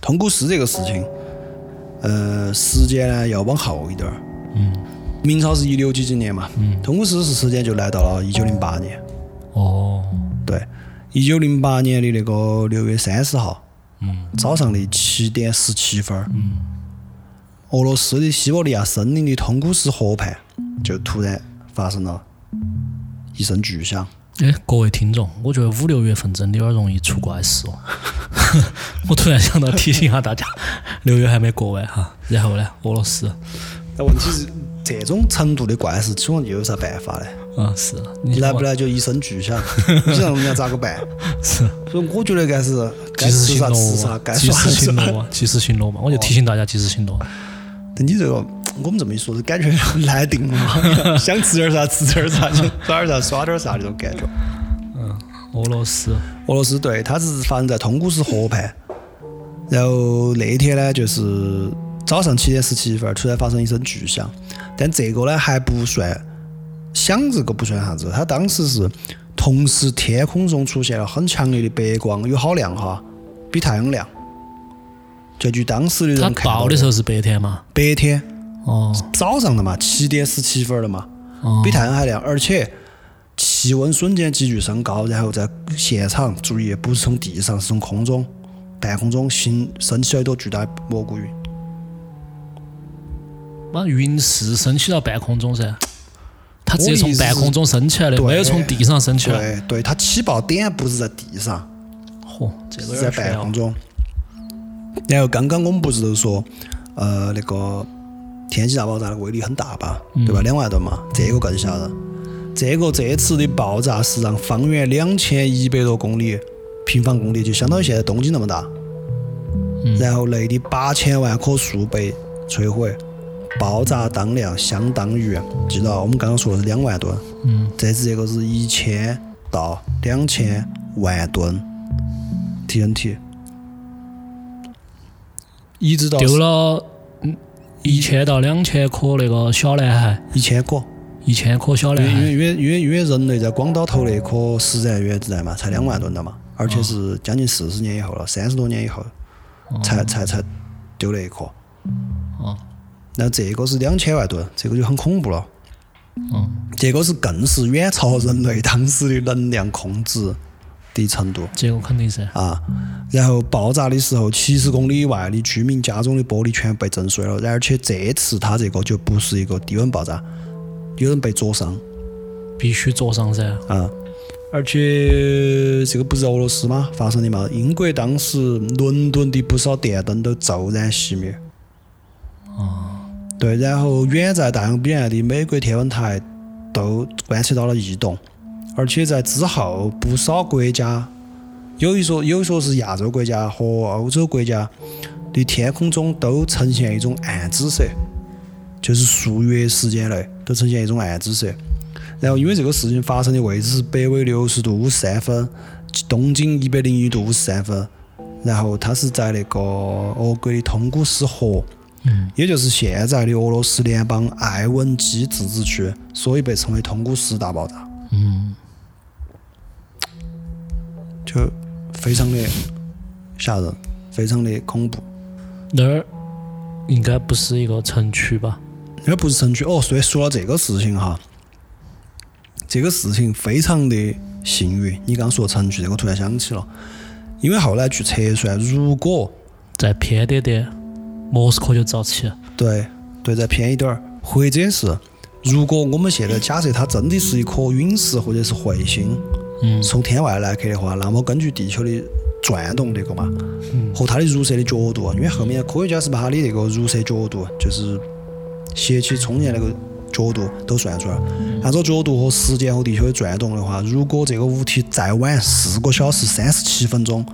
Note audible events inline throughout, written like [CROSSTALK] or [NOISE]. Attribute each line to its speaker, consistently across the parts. Speaker 1: 通古诗这个事情，呃，时间呢要往后一点儿。明朝是一六几几年嘛，通古诗是时间就来到了一九零八年。
Speaker 2: 哦，
Speaker 1: 对，一九零八年的那个六月三十号，
Speaker 2: 嗯
Speaker 1: 早上的七点十七分，嗯，俄罗斯的西伯利亚森林的通古斯河畔就突然发生了一声巨响。
Speaker 2: 哎，各位听众，我觉得五六月份真的有点容易出怪事哦。 [LAUGHS] 我突然想到提醒一下大家， [LAUGHS] 六月还没过完哈。然后呢，俄罗斯，
Speaker 1: 那问题是，啊这种程度的怪事，请问又有啥办法呢？
Speaker 2: 嗯，是你
Speaker 1: 你来不来就一声巨响， [LAUGHS] 你让人家咋个办？
Speaker 2: 是
Speaker 1: 所以我觉得该是该
Speaker 2: 及时
Speaker 1: 吃
Speaker 2: 行
Speaker 1: 啥吃啥，
Speaker 2: 乐
Speaker 1: 该
Speaker 2: 嘛，及
Speaker 1: 耍
Speaker 2: 时
Speaker 1: 啥
Speaker 2: 行乐嘛，及时行乐嘛。我就提醒大家及时行乐。
Speaker 1: 但你这个，我们这么一说，感觉 [LAUGHS] 来定了， [LAUGHS] 想吃点啥吃点啥，想耍点啥耍点啥那种感觉。
Speaker 2: 俄罗斯，
Speaker 1: 俄罗斯队，它是发生在通古斯河畔，然后那一天呢，就是早上七点十七分儿突然发生一声巨响，但这个呢还不算响，这个不算啥子，它当时是同时天空中出现了很强烈的白光，有好亮哈，比太阳亮。就据当时的
Speaker 2: 它
Speaker 1: 人看
Speaker 2: 爆的时候是白天嘛？
Speaker 1: 白天
Speaker 2: 哦
Speaker 1: 早上的嘛，七点十七分儿的嘛，
Speaker 2: 哦，
Speaker 1: 比太阳还亮，而且气温瞬间急剧升高，然后在现场注意，不是从地上，是从空中、半空中形升起了一朵巨大的蘑菇云。
Speaker 2: 把云是升起到半空中噻，它直接
Speaker 1: 我的意
Speaker 2: 从
Speaker 1: 思
Speaker 2: 半空中升起来的，
Speaker 1: 对
Speaker 2: 没有从地上升起来。
Speaker 1: 对对，它起爆点不是在地上，
Speaker 2: 嚯，这个
Speaker 1: 是在
Speaker 2: 有点悬
Speaker 1: 半
Speaker 2: 哦
Speaker 1: 空。中。然后刚刚我们不是都说，呃，那个天津大爆炸的威力很大吧，
Speaker 2: 嗯
Speaker 1: 对吧？两万吨嘛，这个更吓人。这个这次的爆炸是让方圆两千一百多公里平方公里，就相当于现在东京那么大，然后内的八千万棵树被摧毁，爆炸当量相当于，记到我们刚刚说的是两万吨，
Speaker 2: 嗯，
Speaker 1: 这次这个是一千到两千万吨 TNT，一直到
Speaker 2: 丢了嗯一千到两千颗那个小男孩，
Speaker 1: 一千个。
Speaker 2: 一千颗小
Speaker 1: 因
Speaker 2: 男
Speaker 1: 为因
Speaker 2: 孩
Speaker 1: 为因为因为因为人类在广岛投那颗实燃原子弹嘛，才两万吨的嘛，而且是将近四十年以后了，三十多年以后才才才丢那一颗。
Speaker 2: 哦，
Speaker 1: 那这个是两千万吨，这个就很恐怖了。
Speaker 2: 嗯，
Speaker 1: 这个是更是远超人类当时的能量控制的程度
Speaker 2: 这个肯定噻。
Speaker 1: 啊！然后爆炸的时候，七十公里以外的居民家中的玻璃全被震碎了，而且这次它这个就不是一个低温爆炸，有人被灼伤。
Speaker 2: 必须坐上噻。
Speaker 1: 啊。而且这个不是俄罗斯吗？发生的嘛？英国当时伦敦的不少电灯都骤然熄灭。对，然后远在大洋彼岸的美国天文台都观测到了异动，而且在之后不少国家，有一说有一说是亚洲国家和欧洲国家的天空中都呈现一种暗紫色，就是数月时间内都呈现一种暗紫色。然后因为这个事情发生的位置是北纬六十度五十三分，东经一百零一度五十三分，然后它是在那个俄国的通古斯河，
Speaker 2: 嗯，
Speaker 1: 也就是现在的俄罗斯联邦艾文基自治区，所以被称为通古斯大爆炸，
Speaker 2: 嗯，
Speaker 1: 就非常的吓人，非常的恐怖。
Speaker 2: 那儿应该不是一个城区吧？
Speaker 1: 那不是城区哦，所以说到这个事情哈，这个事情非常的幸运。你刚说城区这个，我突然想起了，因为后来去测算，如果
Speaker 2: 再偏点点，莫斯科就遭起。
Speaker 1: 对对，再偏一点儿，或者是如果我们现在假设它真的是一颗陨石或者是彗星
Speaker 2: 嗯
Speaker 1: 从天外来客的话，那么根据地球的转动这个嘛，和它的入射的角度，因为后面科学家是把它的这个入射角度，就是斜起冲线那个角度都算出来。按照角度和时间和地球的转动的话，如果这个物体再晚四个小时三十七分钟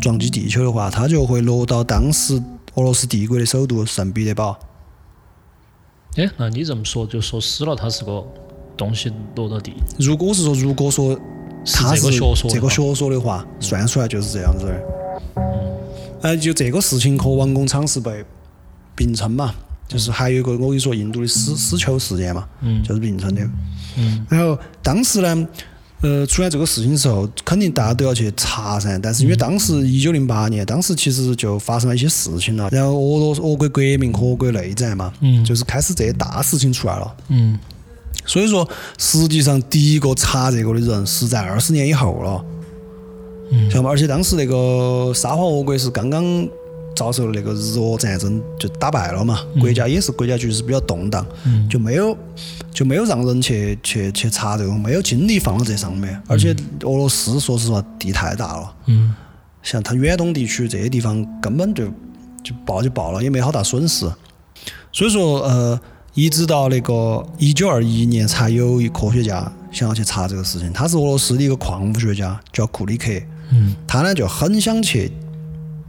Speaker 1: 撞击地球的话，它就会落到当时俄罗斯帝国的首都圣彼得堡。
Speaker 2: 哎，那你这么说就说死了，它是个东西落到地，
Speaker 1: 如果我是说，如果说他
Speaker 2: 这
Speaker 1: 是
Speaker 2: 个学说的
Speaker 1: 这个
Speaker 2: 话嗯
Speaker 1: 学说的话，算出来就是这样子的。呃，就这个事情和王工厂是被并称嘛，
Speaker 2: 嗯
Speaker 1: 就是还有一个我跟你说印度的死死囚事件嘛，
Speaker 2: 嗯
Speaker 1: 就是并称的。
Speaker 2: 嗯
Speaker 1: 然后当时呢，呃，出现这个事情的时候，肯定大家都要去查噻。但
Speaker 2: 嗯
Speaker 1: 是因为当时一九零八年，当时其实就发生了一些事情了，然后俄罗斯俄国革命和俄国内战嘛，
Speaker 2: 嗯
Speaker 1: 就是开始这些大事情出来了。
Speaker 2: 嗯
Speaker 1: 所以说，实际上第一个查这个的人是在二十年以后了，
Speaker 2: 嗯
Speaker 1: 晓得吗？而且当时那个沙皇俄国是刚刚遭受那个日俄战争就打败了嘛，国家也是国家局势比较动荡，
Speaker 2: 嗯
Speaker 1: 就没有就没有让人去去去查这个，没有精力放到这上面。而且俄罗斯说实话地太大了，
Speaker 2: 嗯
Speaker 1: 像它远东地区这些地方根本就就爆就爆了，也没好大损失。所以说，呃，一直到那个一九二一年，才有一科学家想要去查这个事情。他是俄罗斯的一个矿物学家，叫库里克。
Speaker 2: 嗯
Speaker 1: 他呢就很想去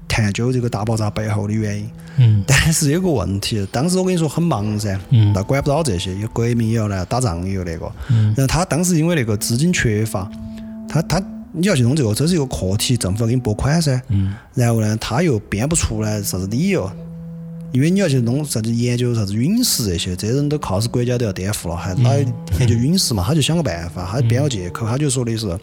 Speaker 1: 探究这个大爆炸背后的原因，
Speaker 2: 嗯
Speaker 1: 但是有个问题，当时我跟你说很忙噻，
Speaker 2: 嗯
Speaker 1: 那管不到这些，有革命也要来打仗也有那个。
Speaker 2: 嗯
Speaker 1: 然后他当时因为那个资金缺乏，他他你要去弄这个，这是一个课题，政府要给你拨款噻。
Speaker 2: 嗯
Speaker 1: 然后呢，他又编不出来啥子理由，因为你要去弄啥子研究啥子陨石这些，这些人都靠是国家都要颠覆了，还哪有
Speaker 2: 嗯
Speaker 1: 研究陨石嘛？他就想个办法，他编个借口，他就说的是，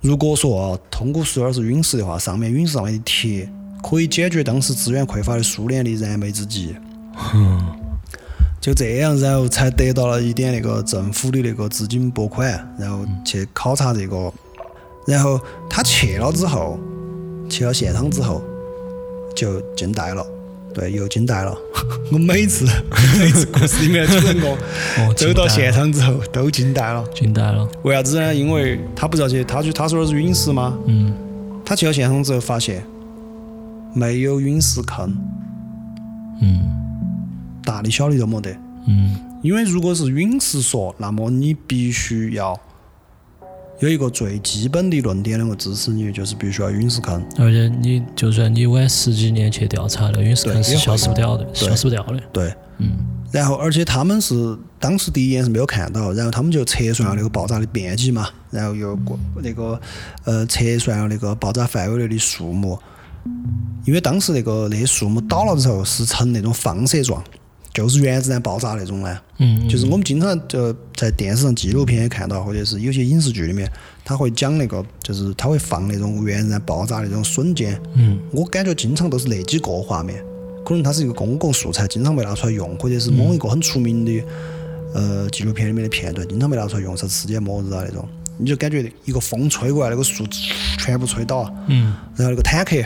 Speaker 1: 如果说啊通古苏尔是陨石的话，上面陨石上面的铁可以解决当时资源匮乏的苏联的燃眉之急。就这样，然后才得到了一点那个政府的那个资金拨款，然后去考察这个。然后他去了之后，去了现场之后，就惊呆了，对，又惊呆了。 [LAUGHS] 我每次每次故事里面的主人公
Speaker 2: 哦，
Speaker 1: 都到现场之后都惊呆了。
Speaker 2: 惊呆了，
Speaker 1: 为啥子呢？因为他不知道去，他去他说的是陨石吗？
Speaker 2: 嗯
Speaker 1: 他去了现场之后发现没有陨石坑，
Speaker 2: 嗯
Speaker 1: 大的小的都没得。
Speaker 2: 嗯
Speaker 1: 因为如果是陨石说，那么你必须要有一个最基本的论点能够支持你，就是必须要陨石坑。
Speaker 2: 而且你就算你晚十几年去调查的，因为是
Speaker 1: 对
Speaker 2: 肯是
Speaker 1: 也会
Speaker 2: 消失不掉的，
Speaker 1: 对
Speaker 2: 消失不掉的，
Speaker 1: 对，
Speaker 2: 嗯
Speaker 1: 然后而且他们是当时第一眼是没有看到，然后他们就测算了那个爆炸的面积嘛，然后又过那个呃测算了那个爆炸范围内的数目，因为当时那个那些树木倒了之后是呈那种放射状，就是原子弹爆炸那种呢。
Speaker 2: 嗯
Speaker 1: 就是我们经常就在电视上纪录片也看到，或者是有些影视剧里面，他会讲那个，就是他会放那种原子弹爆炸那种瞬间。
Speaker 2: 嗯
Speaker 1: 我感觉经常都是那几个画面，可能它是一个公共素材，经常被拿出来用，或者是某一个很出名的呃纪录片里面的片段，经常被拿出来用，啥子世界末日啊那种，你就感觉一个风吹过来，那个树全部吹倒，
Speaker 2: 嗯
Speaker 1: 然后那个坦克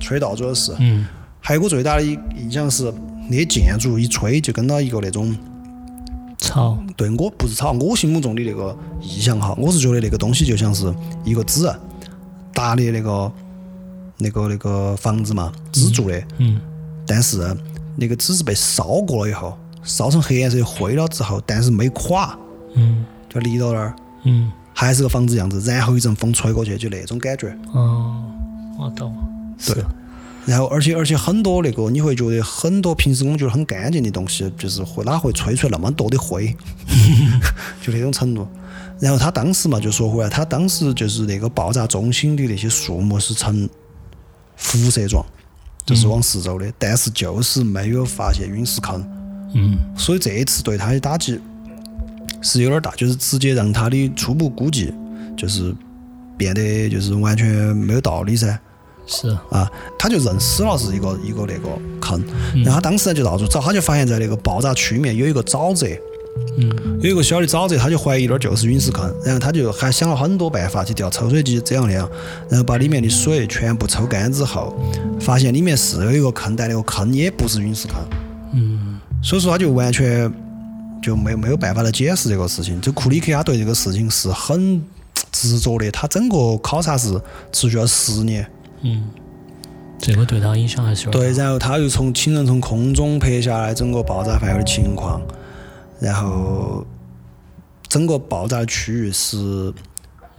Speaker 1: 吹倒主要是。
Speaker 2: 嗯
Speaker 1: 还有我最大的印象是，那些建筑一吹就跟到一个那种
Speaker 2: 草，
Speaker 1: 对我不是炒，我心目中的那个意象哈，我是觉得那个东西就像是一个纸啊搭的那个那个那个房子嘛，纸做的，
Speaker 2: 嗯
Speaker 1: 但是啊那个纸是被烧过了以后，烧成黑颜色灰了之后，但是没垮，
Speaker 2: 嗯
Speaker 1: 就立到那儿，
Speaker 2: 嗯
Speaker 1: 还是个房子样子，然后一阵风吹过去，就那种感觉。
Speaker 2: 哦，我懂了，是
Speaker 1: 对然后，而且而且很多那个，你会觉得很多平时我们觉得很干净的东西，就是会哪会吹出来那么多的灰， [LAUGHS] 就那种程度。然后他当时嘛，就说回来，他当时就是那个爆炸中心的那些树木是呈辐射状，就是往四周的，但是就是没有发现陨石坑，
Speaker 2: 嗯
Speaker 1: 所以这一次对他的打击是有点大，就是直接让他的初步估计就是变得就是完全没有道理噻。
Speaker 2: 是，
Speaker 1: 啊，他就认死了是一个一个那个坑，然后他当时呢就到处找，他就发现在那个爆炸区里面有一个沼泽，
Speaker 2: 嗯
Speaker 1: 有一个小的沼泽，他就怀疑那儿就是陨石坑，然后他就还想了很多办法去调抽水机这样那样，然后把里面的水全部抽干之后，发现里面是有一个坑，但那个坑也不是陨石坑，
Speaker 2: 嗯
Speaker 1: 所以说他就完全就没有没有办法来解释这个事情。这库里克他对这个事情是很执着的，他整个考察是持续了十年。
Speaker 2: 嗯，这个对他影响还是有
Speaker 1: 对，
Speaker 2: 点
Speaker 1: 然后他又从请人从空中拍下来整个爆炸范围的情况，然后整个爆炸区域是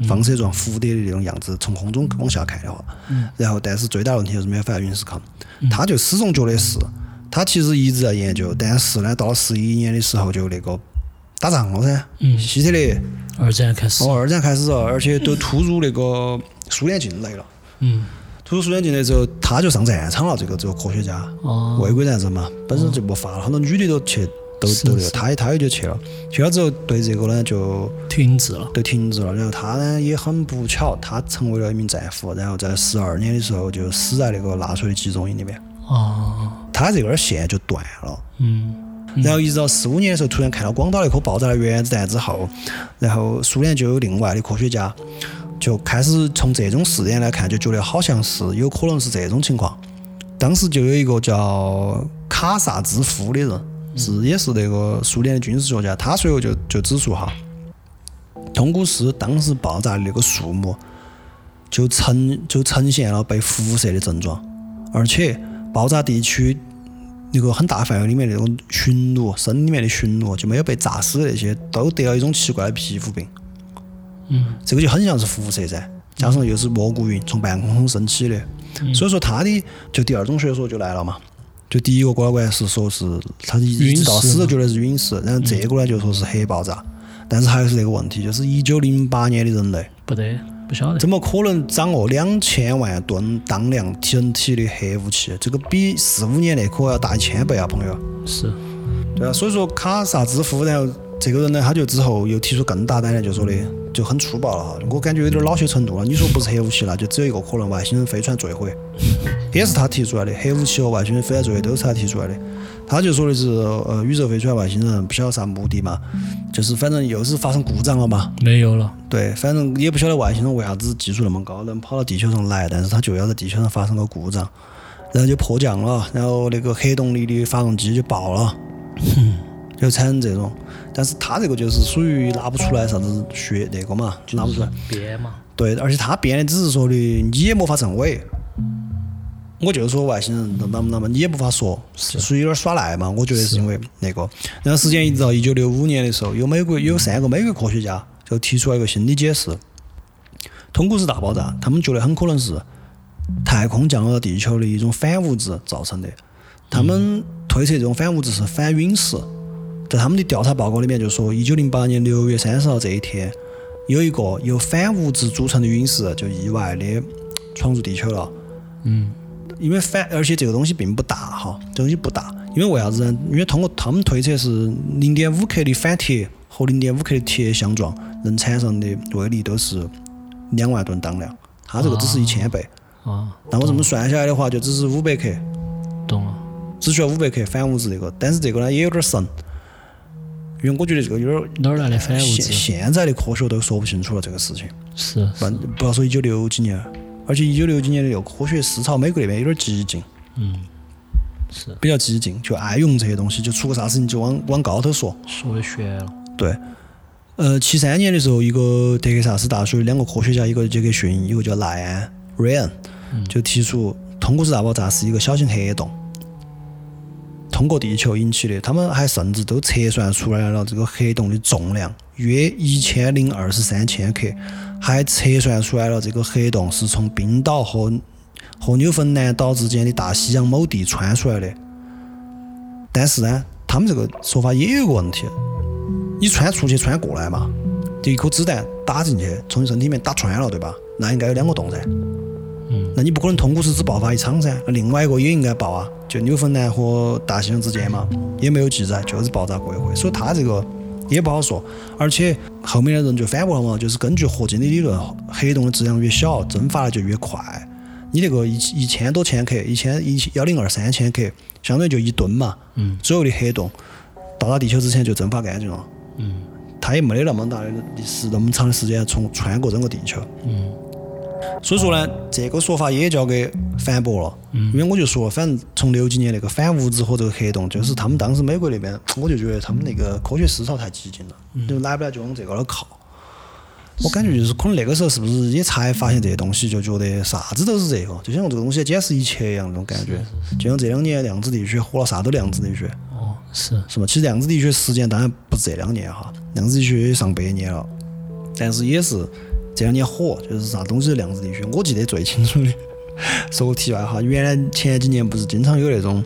Speaker 1: 放射状蝴蝶的那种样子，从空中往下看的话，然后但是最大的问题就是没有发现陨石坑，他就始终觉得是，他其实一直在研究，但是呢，到了十一年的时候就那个打仗了噻，
Speaker 2: 嗯
Speaker 1: 希特勒，
Speaker 2: 二战开始，
Speaker 1: 哦，二战开始了，而且都突入那个苏联境内了，
Speaker 2: 嗯
Speaker 1: 突入苏联境内之后，他就上战场了，这个这个科学家。
Speaker 2: 哦，
Speaker 1: 外国战争嘛，本身就没法了，很多女的都去都
Speaker 2: 是
Speaker 1: 都留
Speaker 2: 是，
Speaker 1: 他也他也就去了，去了之后对这个呢就
Speaker 2: 停滞了。
Speaker 1: 都停止了。然后他呢也很不巧，他成为了一名战俘，然后在十二年的时候就死在那个纳粹的集中营里面，
Speaker 2: 啊，
Speaker 1: 他这根线就断了。
Speaker 2: 嗯，嗯
Speaker 1: 然后一直到四五年的时候，突然看到广岛那颗爆炸的原子弹之后，然后苏联就有另外的科学家就开始从这种事件来看，就觉得好像是有可能是这种情况。当时就有一个叫卡萨之夫的人，是也是那个苏联的军事学家，他随后就就指出哈，通古斯当时爆炸的那个数目就呈就呈现了被辐射的症状，而且爆炸地区那个很大范围里面那种驯鹿，身里面的驯鹿就没有被炸死的那些，都得了一种奇怪的皮肤病。
Speaker 2: 嗯，
Speaker 1: 这个就很像是辐射噻，加上又是蘑菇云从半空中升起的，所以说它的就第二种学说就来了嘛。就第一个瓜怪是说是他一直到
Speaker 2: 陨石
Speaker 1: 死
Speaker 2: 嘛
Speaker 1: 都觉得是陨石，然后这个呢就说是核爆炸，但是还是那个问题，就是一九零八年的人类
Speaker 2: 不得，不晓得。
Speaker 1: 怎么可能掌握两千万吨当量 TNT 的核武器？这个比四五年那颗要大一千倍啊，朋友。
Speaker 2: 是，
Speaker 1: 对啊，所以说卡萨之夫，然后这个人呢，他就之后又提出更大胆的，就说的就很粗暴了哈，我感觉有点恼羞成怒了。你说不是核武器了，就只有一个可能，外星人飞船坠毁，也是他提出来的。核武器和外星人飞船坠毁都是他提出来的。他就说的是，呃，宇宙飞船外星人不晓得啥目的嘛，就是反正又是发生故障了嘛，
Speaker 2: 没有了。
Speaker 1: 对，反正也不晓得外星人为啥子技术那么高，能跑到地球上来，但是他就要在地球上发生个故障，然后就迫降了，然后那个核动力的发动机就爆了，就产生这种。但是他这个就是属于拿不出来啥子学那个嘛，就拿不出来。
Speaker 2: 憋嘛，
Speaker 1: 对，而且他编的只是说的你也没法证伪。我就是说外星人，那么那么你也无法说，就属于有点耍赖嘛。我觉得是因为那个。然后时间一直到一九六五年的时候，有美国有三个美国科学家就提出了一个新的解释：通古斯大爆炸，他们觉得很可能是太空降落到地球的一种反物质造成的。他们推测这种反物质是反陨石。在他们的调查报告里面就说，一九零八年六月三十号这一天，有一个由反物质组成的陨石就意外的闯入地球了。
Speaker 2: 嗯，
Speaker 1: 因为反，而且这个东西并不大哈，这东西不大，因为为啥子呢？因为通过他们推测是零点五克的反铁和零点五克的铁相撞，能产生的威力都是两万吨当量，它这个只是一千倍。
Speaker 2: 啊，
Speaker 1: 那我这么算下来的话，就只是五百克，
Speaker 2: 懂了。
Speaker 1: 只需要五百克反物质这个，但是这个呢也有点神，因为我觉得这个有点
Speaker 2: 哪儿来的反物
Speaker 1: 现
Speaker 2: 质？
Speaker 1: 现在的科学都说不清楚了这个事情，
Speaker 2: 是，
Speaker 1: 不不要说一九六几年了，而且一九六几年的那个科学思潮，美国那边有点激进，
Speaker 2: 嗯，是
Speaker 1: 比较激进，就爱用这些东西，就出个啥事情就往往高头说。
Speaker 2: 说的悬了。
Speaker 1: 对，呃，七三年的时候，一个德克萨斯大学的两个科学家，一个杰克逊，一个叫莱安 （Ryan），就提出通古斯大爆炸是一个小型黑洞。通过地球引起的，他们还甚至都测算出来了这个黑洞的重量约一千零二十三千克，还测算出来了这个黑洞是从冰岛和和纽芬兰岛之间的大西洋某地穿出来的。但是呢，他们这个说法也有一个问题，你穿出去穿过来嘛，就一颗子弹打进去，从你身体里面打穿了，对吧？那应该有两个洞噻。
Speaker 2: 嗯。
Speaker 1: 那你不可能通古斯只爆发一场噻，那另外一个也应该爆啊，就纽芬兰和大西洋之间嘛，也没有记载，就是爆炸过一回，所以他这个也不好说。而且后面的人就反驳了嘛，就是根据霍金的理论，黑洞的质量越小，蒸发的就越快。你那个一一千多千克，一千一幺零二三千克，相当于就一吨嘛，
Speaker 2: 嗯
Speaker 1: 左右的黑洞到达地球之前就蒸发干净了。
Speaker 2: 嗯
Speaker 1: 它也没得那么大的时那么长的时间从穿过整个地球。
Speaker 2: 嗯
Speaker 1: 所以说呢，这个说法也交给反驳了，因为我就说，反正从六几年那个反物质和这个黑洞，就是他们当时美国那边，我就觉得他们那个科学思潮太激进了，就来不来就往这个那儿靠。我感觉就是可能那个时候是不是也才发现这些东西，就觉得啥子都是这个，就像用这个东西来解释一切一样，那种感觉。就像这两年量子力学火了，啥都量子力学。
Speaker 2: 哦，是
Speaker 1: 是吧？其实量子力学实践当然不是这两年哈，量子力学也上百年了，但是也是这两年火，就是啥东西量子力学，我记得最清楚的。说个题外话，原来前几年不是经常有那种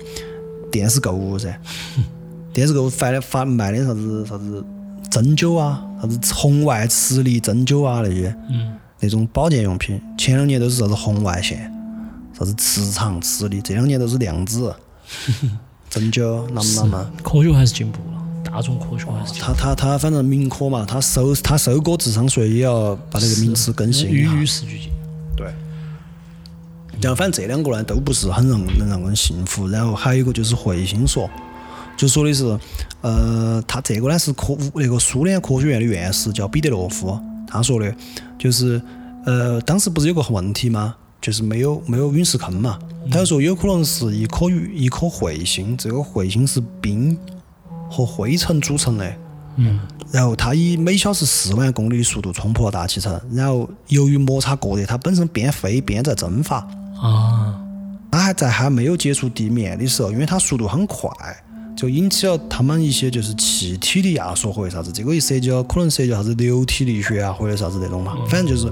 Speaker 1: 电视购物噻， [LAUGHS] 电视购物发的发卖的啥子啥子针灸啊，啥子红外磁力针灸啊那些，
Speaker 2: 嗯
Speaker 1: 那种保健用品，前两年都是啥子红外线，啥子磁场、磁力，这两年都是量子针灸，那么那么。
Speaker 2: 科学还是进步了。大众科学还是挺
Speaker 1: 他他他，反正民科嘛，他收他收割智商税也要把那个名词更新一
Speaker 2: 与
Speaker 1: 下。
Speaker 2: 与时俱进。
Speaker 1: 对。然后反正这两个呢，都不是很让能让人信服。然后还有一个就是彗星说，就说的是，呃，他这个呢是科那个苏联科学院的院士叫彼得洛夫，他说的，就是呃，当时不是有个问题吗？就是没有没有陨石坑嘛，他就说有可能是一颗陨一颗彗星，这个彗星是冰和灰尘组成的，
Speaker 2: 嗯，
Speaker 1: 然后它以每小时四万公里的速度冲破了大气层，然后由于摩擦过热，它本身边飞边在蒸发。
Speaker 2: 啊，
Speaker 1: 它还在还没有接触地面的时候，因为它速度很快，就引起了他们一些就是气体的压缩或者啥子，这个一涉及到可能涉及到啥子流体力学啊或者啥子那种嘛，反正就是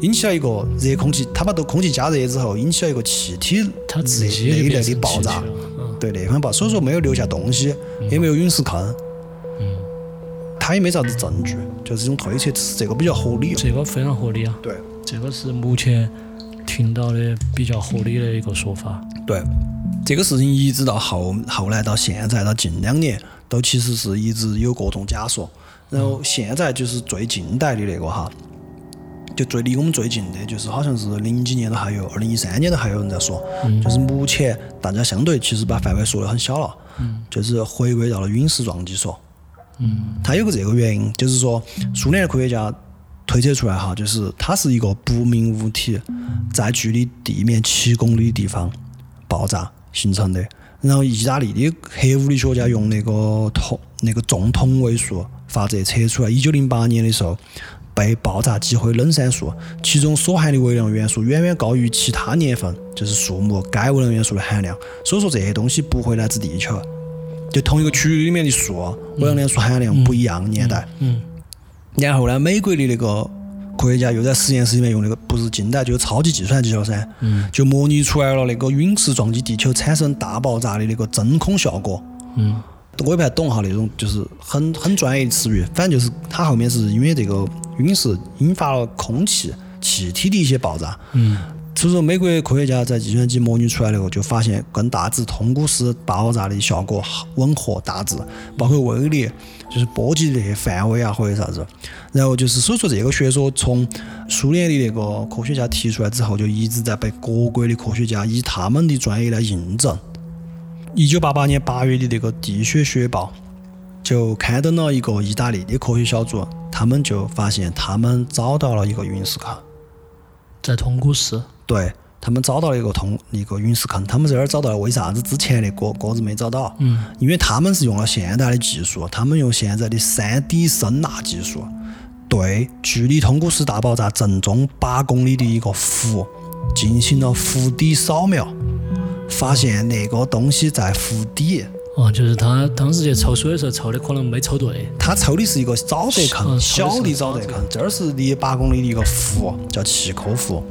Speaker 1: 引起了一个热空气，它把这个空气加热之后，引起了一个气体
Speaker 2: 它自己
Speaker 1: 那
Speaker 2: 也
Speaker 1: 一
Speaker 2: 变
Speaker 1: 类
Speaker 2: 成
Speaker 1: 的爆炸
Speaker 2: 气体。了嗯
Speaker 1: 对那方吧，所以说没有留下东西，也没有陨石坑，
Speaker 2: 嗯，
Speaker 1: 他也没啥子证据，就是这种推测，是这个比较合理。
Speaker 2: 这个非常合理啊，
Speaker 1: 对
Speaker 2: 这个是目前听到的比较合理的一个说法。
Speaker 1: 对，这个事情一直到后后来到现在到近两年，都其实是一直有各种假说，然后现在就是最近代的那个哈，就最离我们最近的，就是好像是零几年都还有，二零一三年都还有人在说，就是目前大家相对其实把范围缩得很小了，就是回归到了陨石撞击说。
Speaker 2: 嗯
Speaker 1: 它有个这个原因，就是说苏联的科学家推测出来哈，就是它是一个不明物体在距离地面七公里的地方爆炸形成的。然后意大利的核物理学家用那个同那个重同位素法则测出来，一九零八年的时候被爆炸击毁冷杉树，其中所含的微量元素远远高于其他年份，就是树木该微量元素的含量。所以说这些东西不会来自地球，就同一个区域里面的树微量元素含量不一样年代。
Speaker 2: 嗯
Speaker 1: 然后呢，美国的那个科学家又在实验室里面用那个不是近代就是超级计算机了噻，
Speaker 2: 嗯
Speaker 1: 就模拟出来了那个陨石撞击地球产生大爆炸的那个真空效果。
Speaker 2: 嗯
Speaker 1: 我也不太懂哈，那种就是很很专业的词语，反正就是它后面是因为这个陨石引发了空气气体的一些爆炸，
Speaker 2: 嗯
Speaker 1: 所以说美国科学家在计算机模拟出来了后，就发现跟大致通古斯爆炸的效果吻合大致，包括威力，就是波及的那些范围啊或者啥子。然后就是所以说这个学说从苏联的那个科学家提出来之后，就一直在被各国的科学家以他们的专业来印证。一九八八年八月的那个地雪雪豹，就刊登了一个意大利的科学小组，他们就发现他们找到了一个陨石坑。
Speaker 2: 在通古市，
Speaker 1: 对他们找到了一个通一个陨石坑，他们在那儿找到了，为啥子之前的鸽鸽子没找到？
Speaker 2: 嗯，
Speaker 1: 因为他们是用了现代的技术，他们用现在的 3D 声呐技术，对距离通古斯大爆炸正中八公里的一个湖进行了湖底扫描，发现那个东西在湖底，
Speaker 2: 哦，就是他当时去抽水的时候抽的可能没抽对，
Speaker 1: 它抽的是一个沼泽坑，
Speaker 2: 嗯
Speaker 1: 小啊的沼泽坑，这儿是离八公里的一个湖，叫七科湖。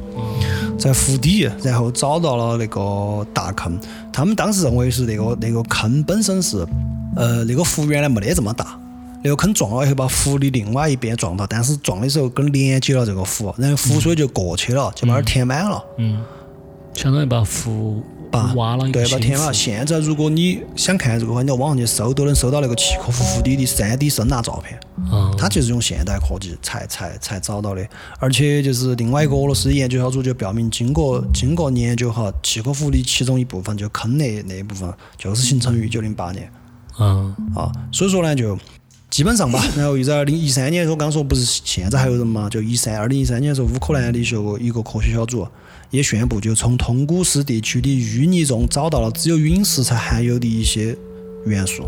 Speaker 1: 在湖底，然后找到了那个大坑。他们当时认为是那个那个坑本身是，呃，那个湖原来没得这么大，那个坑撞了以后把湖的另外一边撞到，但是撞的时候跟连接了这个湖，然后湖水就过去了，就把那儿填满了。
Speaker 2: 嗯，相当于把湖
Speaker 1: 把
Speaker 2: 挖了一
Speaker 1: 对
Speaker 2: 个，
Speaker 1: 把
Speaker 2: 新
Speaker 1: 填
Speaker 2: 湖
Speaker 1: 满。现在如果你想看这个话，你要网上去搜，都能搜到那个契诃夫湖底的 3D 声呐照片。
Speaker 2: 啊，
Speaker 1: 他就是用现代科技才才才找到的，而且就是另外一个俄罗斯的研究小组就表明，经过经过研究哈，契诃夫的其中一部分就坑那那一部分就是形成于一九零八年
Speaker 2: 啊，
Speaker 1: 啊，所以说呢就基本上吧，然后一直二零一三年，我刚说不是现在还有人嘛，就一三二零一三年的时候，乌克兰的一些一个科学小组也宣布，就从通古斯地区的淤泥中找到了只有陨石才含有的一些元素，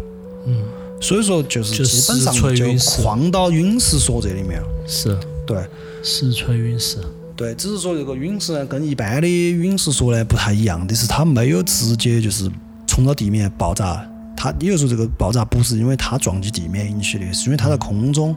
Speaker 2: 嗯，
Speaker 1: 所以说就是
Speaker 2: 就
Speaker 1: 基本上
Speaker 2: 石锤
Speaker 1: 就
Speaker 2: 陨石
Speaker 1: 框到陨石说这里面了，
Speaker 2: 是
Speaker 1: 对。
Speaker 2: 石锤陨石，
Speaker 1: 对，只是说这个陨石呢，跟一般的陨石说呢不太一样的是，它没有直接就是冲到地面爆炸。它也就是说，这个爆炸不是因为它撞击地面引起的，是因为它在空中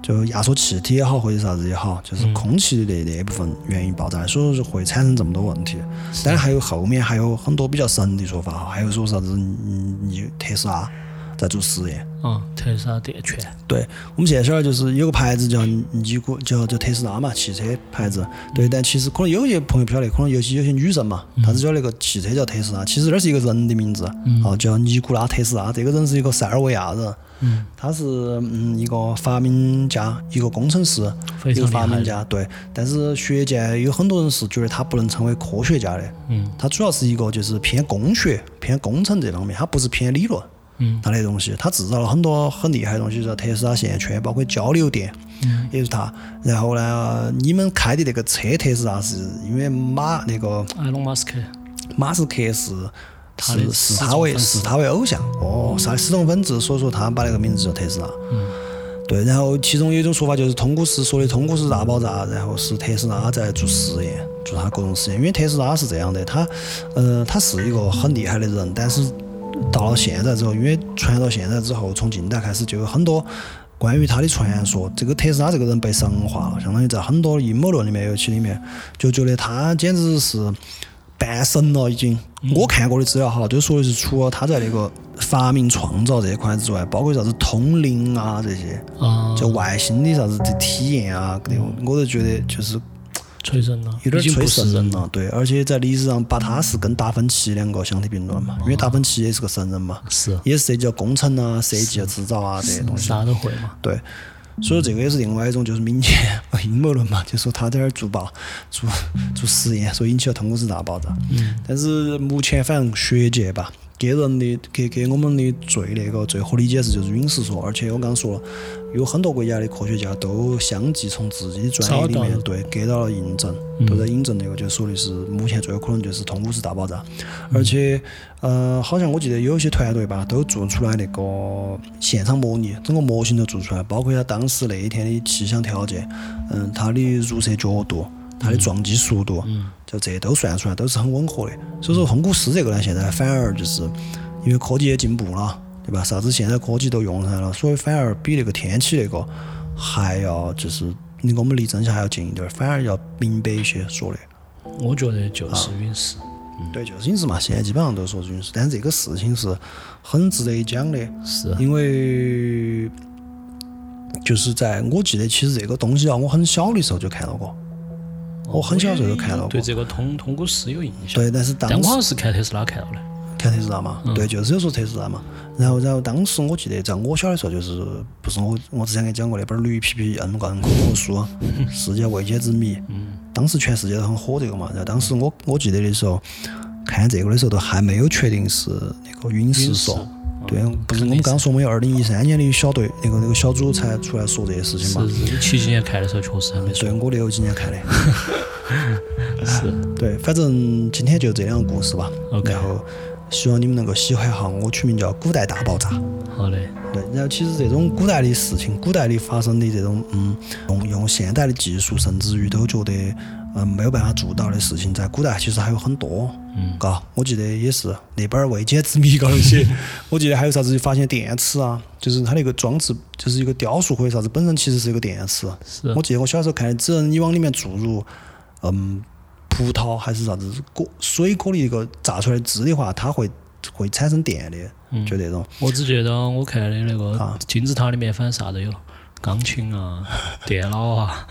Speaker 1: 就压缩气体也好，或者啥子也好，就是空气的那那一部分原因爆炸，所以说会产生这么多问题。当然还有后面还有很多比较神的说法哈，还有说啥子嗯，你特斯拉在做实验。
Speaker 2: 嗯，特斯拉电圈，
Speaker 1: 对我们现在晓得就是有个牌子叫尼古，叫叫特斯拉嘛，汽车牌子。对，但其实可能有些朋友不晓得，可能尤其有些女生嘛，她只晓得那个汽车叫特斯拉，其实那是一个人的名字，哦，叫尼古拉特斯拉。这个人是一个塞尔维亚人，
Speaker 2: 嗯，
Speaker 1: 他是嗯一个发明家，一个工程师，
Speaker 2: 非
Speaker 1: 一个
Speaker 2: 常厉
Speaker 1: 发
Speaker 2: 害
Speaker 1: 明。家。对，但是学界有很多人是觉得他不能成为科学家的，
Speaker 2: 嗯
Speaker 1: 他主要是一个就是偏工学、偏工程这方面，他不是偏理论。
Speaker 2: 嗯
Speaker 1: 他那东西，他制造了很多很厉害的东西，叫特斯拉线圈，包括交流电，
Speaker 2: 嗯
Speaker 1: 也是他。然后呢，你们开的那个车特斯拉是因为马那个
Speaker 2: 埃隆马斯克，
Speaker 1: 马斯克是
Speaker 2: 他的
Speaker 1: 是视
Speaker 2: 死
Speaker 1: 他
Speaker 2: 忠
Speaker 1: 为
Speaker 2: 粉丝嗯
Speaker 1: 视他为偶像哦，是他的死忠粉丝，所以说他把那个名字叫特斯拉。对，然后其中有一种说法就是通古斯说的通古斯大爆炸，然后是特斯拉啊在做实验，做他各种实验。因为特斯拉是这样的，他，呃，他是一个很厉害的人，但是到了现在之后，因为传到现在之后，从近代开始就有很多关于他的传说。这个特斯拉这个人被神化了，相当于在很多阴谋论里面，尤其里面就觉得他简直是半神了已经。我看过的资料哈，就说的是除了他在那个发明创造这一块之外，包括啥子通灵啊这些。
Speaker 2: 啊，
Speaker 1: 就外星的啥子的体验啊，那种我都觉得就是
Speaker 2: 催生了，
Speaker 1: 有
Speaker 2: 嗯已
Speaker 1: 点
Speaker 2: 经
Speaker 1: 吹
Speaker 2: 不是
Speaker 1: 神人
Speaker 2: 人。
Speaker 1: 了。对，而且在历史上把他是跟达芬奇两个相提并论嘛，
Speaker 2: 哦
Speaker 1: 因为达芬奇也是个神人嘛，
Speaker 2: 是，
Speaker 1: 也是涉及到工程啊、设计啊、制造啊这些东西。
Speaker 2: 啥都会嘛。
Speaker 1: 对，所以这个也是另外一种就是民间 [LAUGHS] 阴谋论嘛，就说他在那儿做爆、做做实验，所以引起了通古斯大爆炸。
Speaker 2: 嗯
Speaker 1: 但是目前反正学界吧，给人的给给我们的最那个最合理解释就是陨石说，而且我刚说了，有很多国家的科学家都相继从自己的专业里
Speaker 2: 找到
Speaker 1: 面
Speaker 2: 了
Speaker 1: 对给到了印证，
Speaker 2: 嗯
Speaker 1: 都在引证那个，就说的是目前最有可能就是通古斯大爆炸，而且呃，好像我记得有一些团队吧都做出来那个现场模拟，整个模型都做出来，包括他当时那一天的气象条件，嗯，它的入射角度。它的撞击速度，
Speaker 2: 嗯
Speaker 1: 就这些都算出来都是很吻合的。所以说，控股师这个呢，现在反而就是因为科技也进步了，对吧？啥子现在科技都用上来了，所以反而比那个天气那个还要就是离我们离真相还要近一点儿，反而要明白一些说的。
Speaker 2: 我觉得就是陨石。嗯
Speaker 1: 对，就是陨石嘛，现在基本上都说是陨石，但是这个事情是很值得一讲的，
Speaker 2: 是，
Speaker 1: 因为就是在我记得，其实这个东西啊，我很小的时候就看到过，我很小时候就看到过
Speaker 2: 对。这个通通古斯有印象，
Speaker 1: 对，但是当
Speaker 2: 但我
Speaker 1: 时
Speaker 2: 好像是看特斯拉看到的。
Speaker 1: 看特斯拉啊嘛，对，就是有说特斯拉啊嘛。然后，然后当时我记得，在我小的时候，就是不是我我之前给你讲过那本《驴皮皮恩灌科学书》《啊世界未解之谜》，当时全世界都很火这个嘛。然后当时我我记得的时候，看这个的时候都还没有确定是那个陨石
Speaker 2: 陨石
Speaker 1: 说，对，不是我们刚说我们有二零一三年的小队那个那个小组才出来说这些事情嘛
Speaker 2: 是。是，你七几年看的时候确实还没
Speaker 1: 对，
Speaker 2: 说。
Speaker 1: 我六几年看的。
Speaker 2: [LAUGHS] 是，
Speaker 1: 对，反正今天就这两个故事吧。
Speaker 2: OK
Speaker 1: 然后希望你们能够喜欢哈，我取名叫《古代大爆炸》。
Speaker 2: 好嘞，
Speaker 1: 对，然后其实这种古代的事情，古代的发生的这种，嗯，用用现代的技术，甚至于都觉得，嗯，没有办法做到的事情，在古代其实还有很多，
Speaker 2: 嗯，
Speaker 1: 嘎，我记得也是那本儿未 [LAUGHS] 解之谜高头写，我记得还有啥子发现电池啊，就是它那个装置，就是一个雕塑或者啥子，本身其实是一个电池，啊
Speaker 2: 是
Speaker 1: 我记得我小时候看的，只能你往里面注入，嗯，葡萄还是啥子果水果的一个榨出来的汁的话，它会会产生电的，就那种。
Speaker 2: 我只觉得我看的那个
Speaker 1: 啊
Speaker 2: 金字塔里面反正啥都有，钢
Speaker 1: [LAUGHS]
Speaker 2: 琴啊、电脑啊、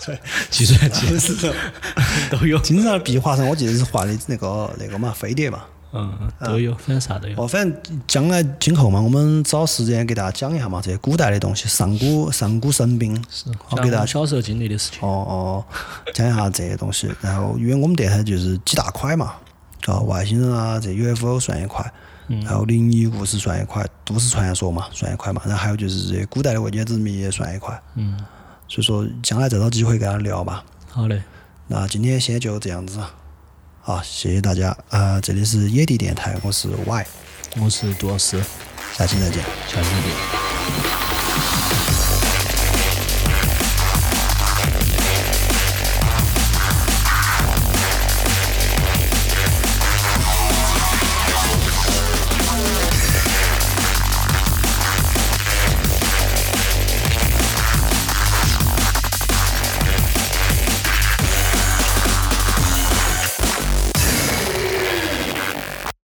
Speaker 2: 计算机都有，
Speaker 1: 金字塔的壁画上，我记得是画的那个那个嘛飞碟嘛。
Speaker 2: 嗯，都有，反正啥都有。
Speaker 1: 哦，反正将来今后嘛，我们找时间给大家讲一下嘛，这些古代的东西，上古上古神兵。
Speaker 2: 是，
Speaker 1: 好
Speaker 2: 像
Speaker 1: 给大家
Speaker 2: 我小时候经历的事情。
Speaker 1: 哦哦，讲一下这些东西。然后，因为我们电台就是几大块嘛，啊，外星人啊，这 UFO 算一块，然后灵异故事算一块，都市传说嘛算一块嘛，然后还有就是这些古代的未解之谜也算一块。
Speaker 2: 嗯，
Speaker 1: 所以说，将来再找机会跟他聊吧。
Speaker 2: 好嘞，
Speaker 1: 那今天先就这样子，啊好，谢谢大家。呃，这里是野地电台，我是 Y，
Speaker 2: 我是杜老师，
Speaker 1: 下期再见。
Speaker 2: 下期再见。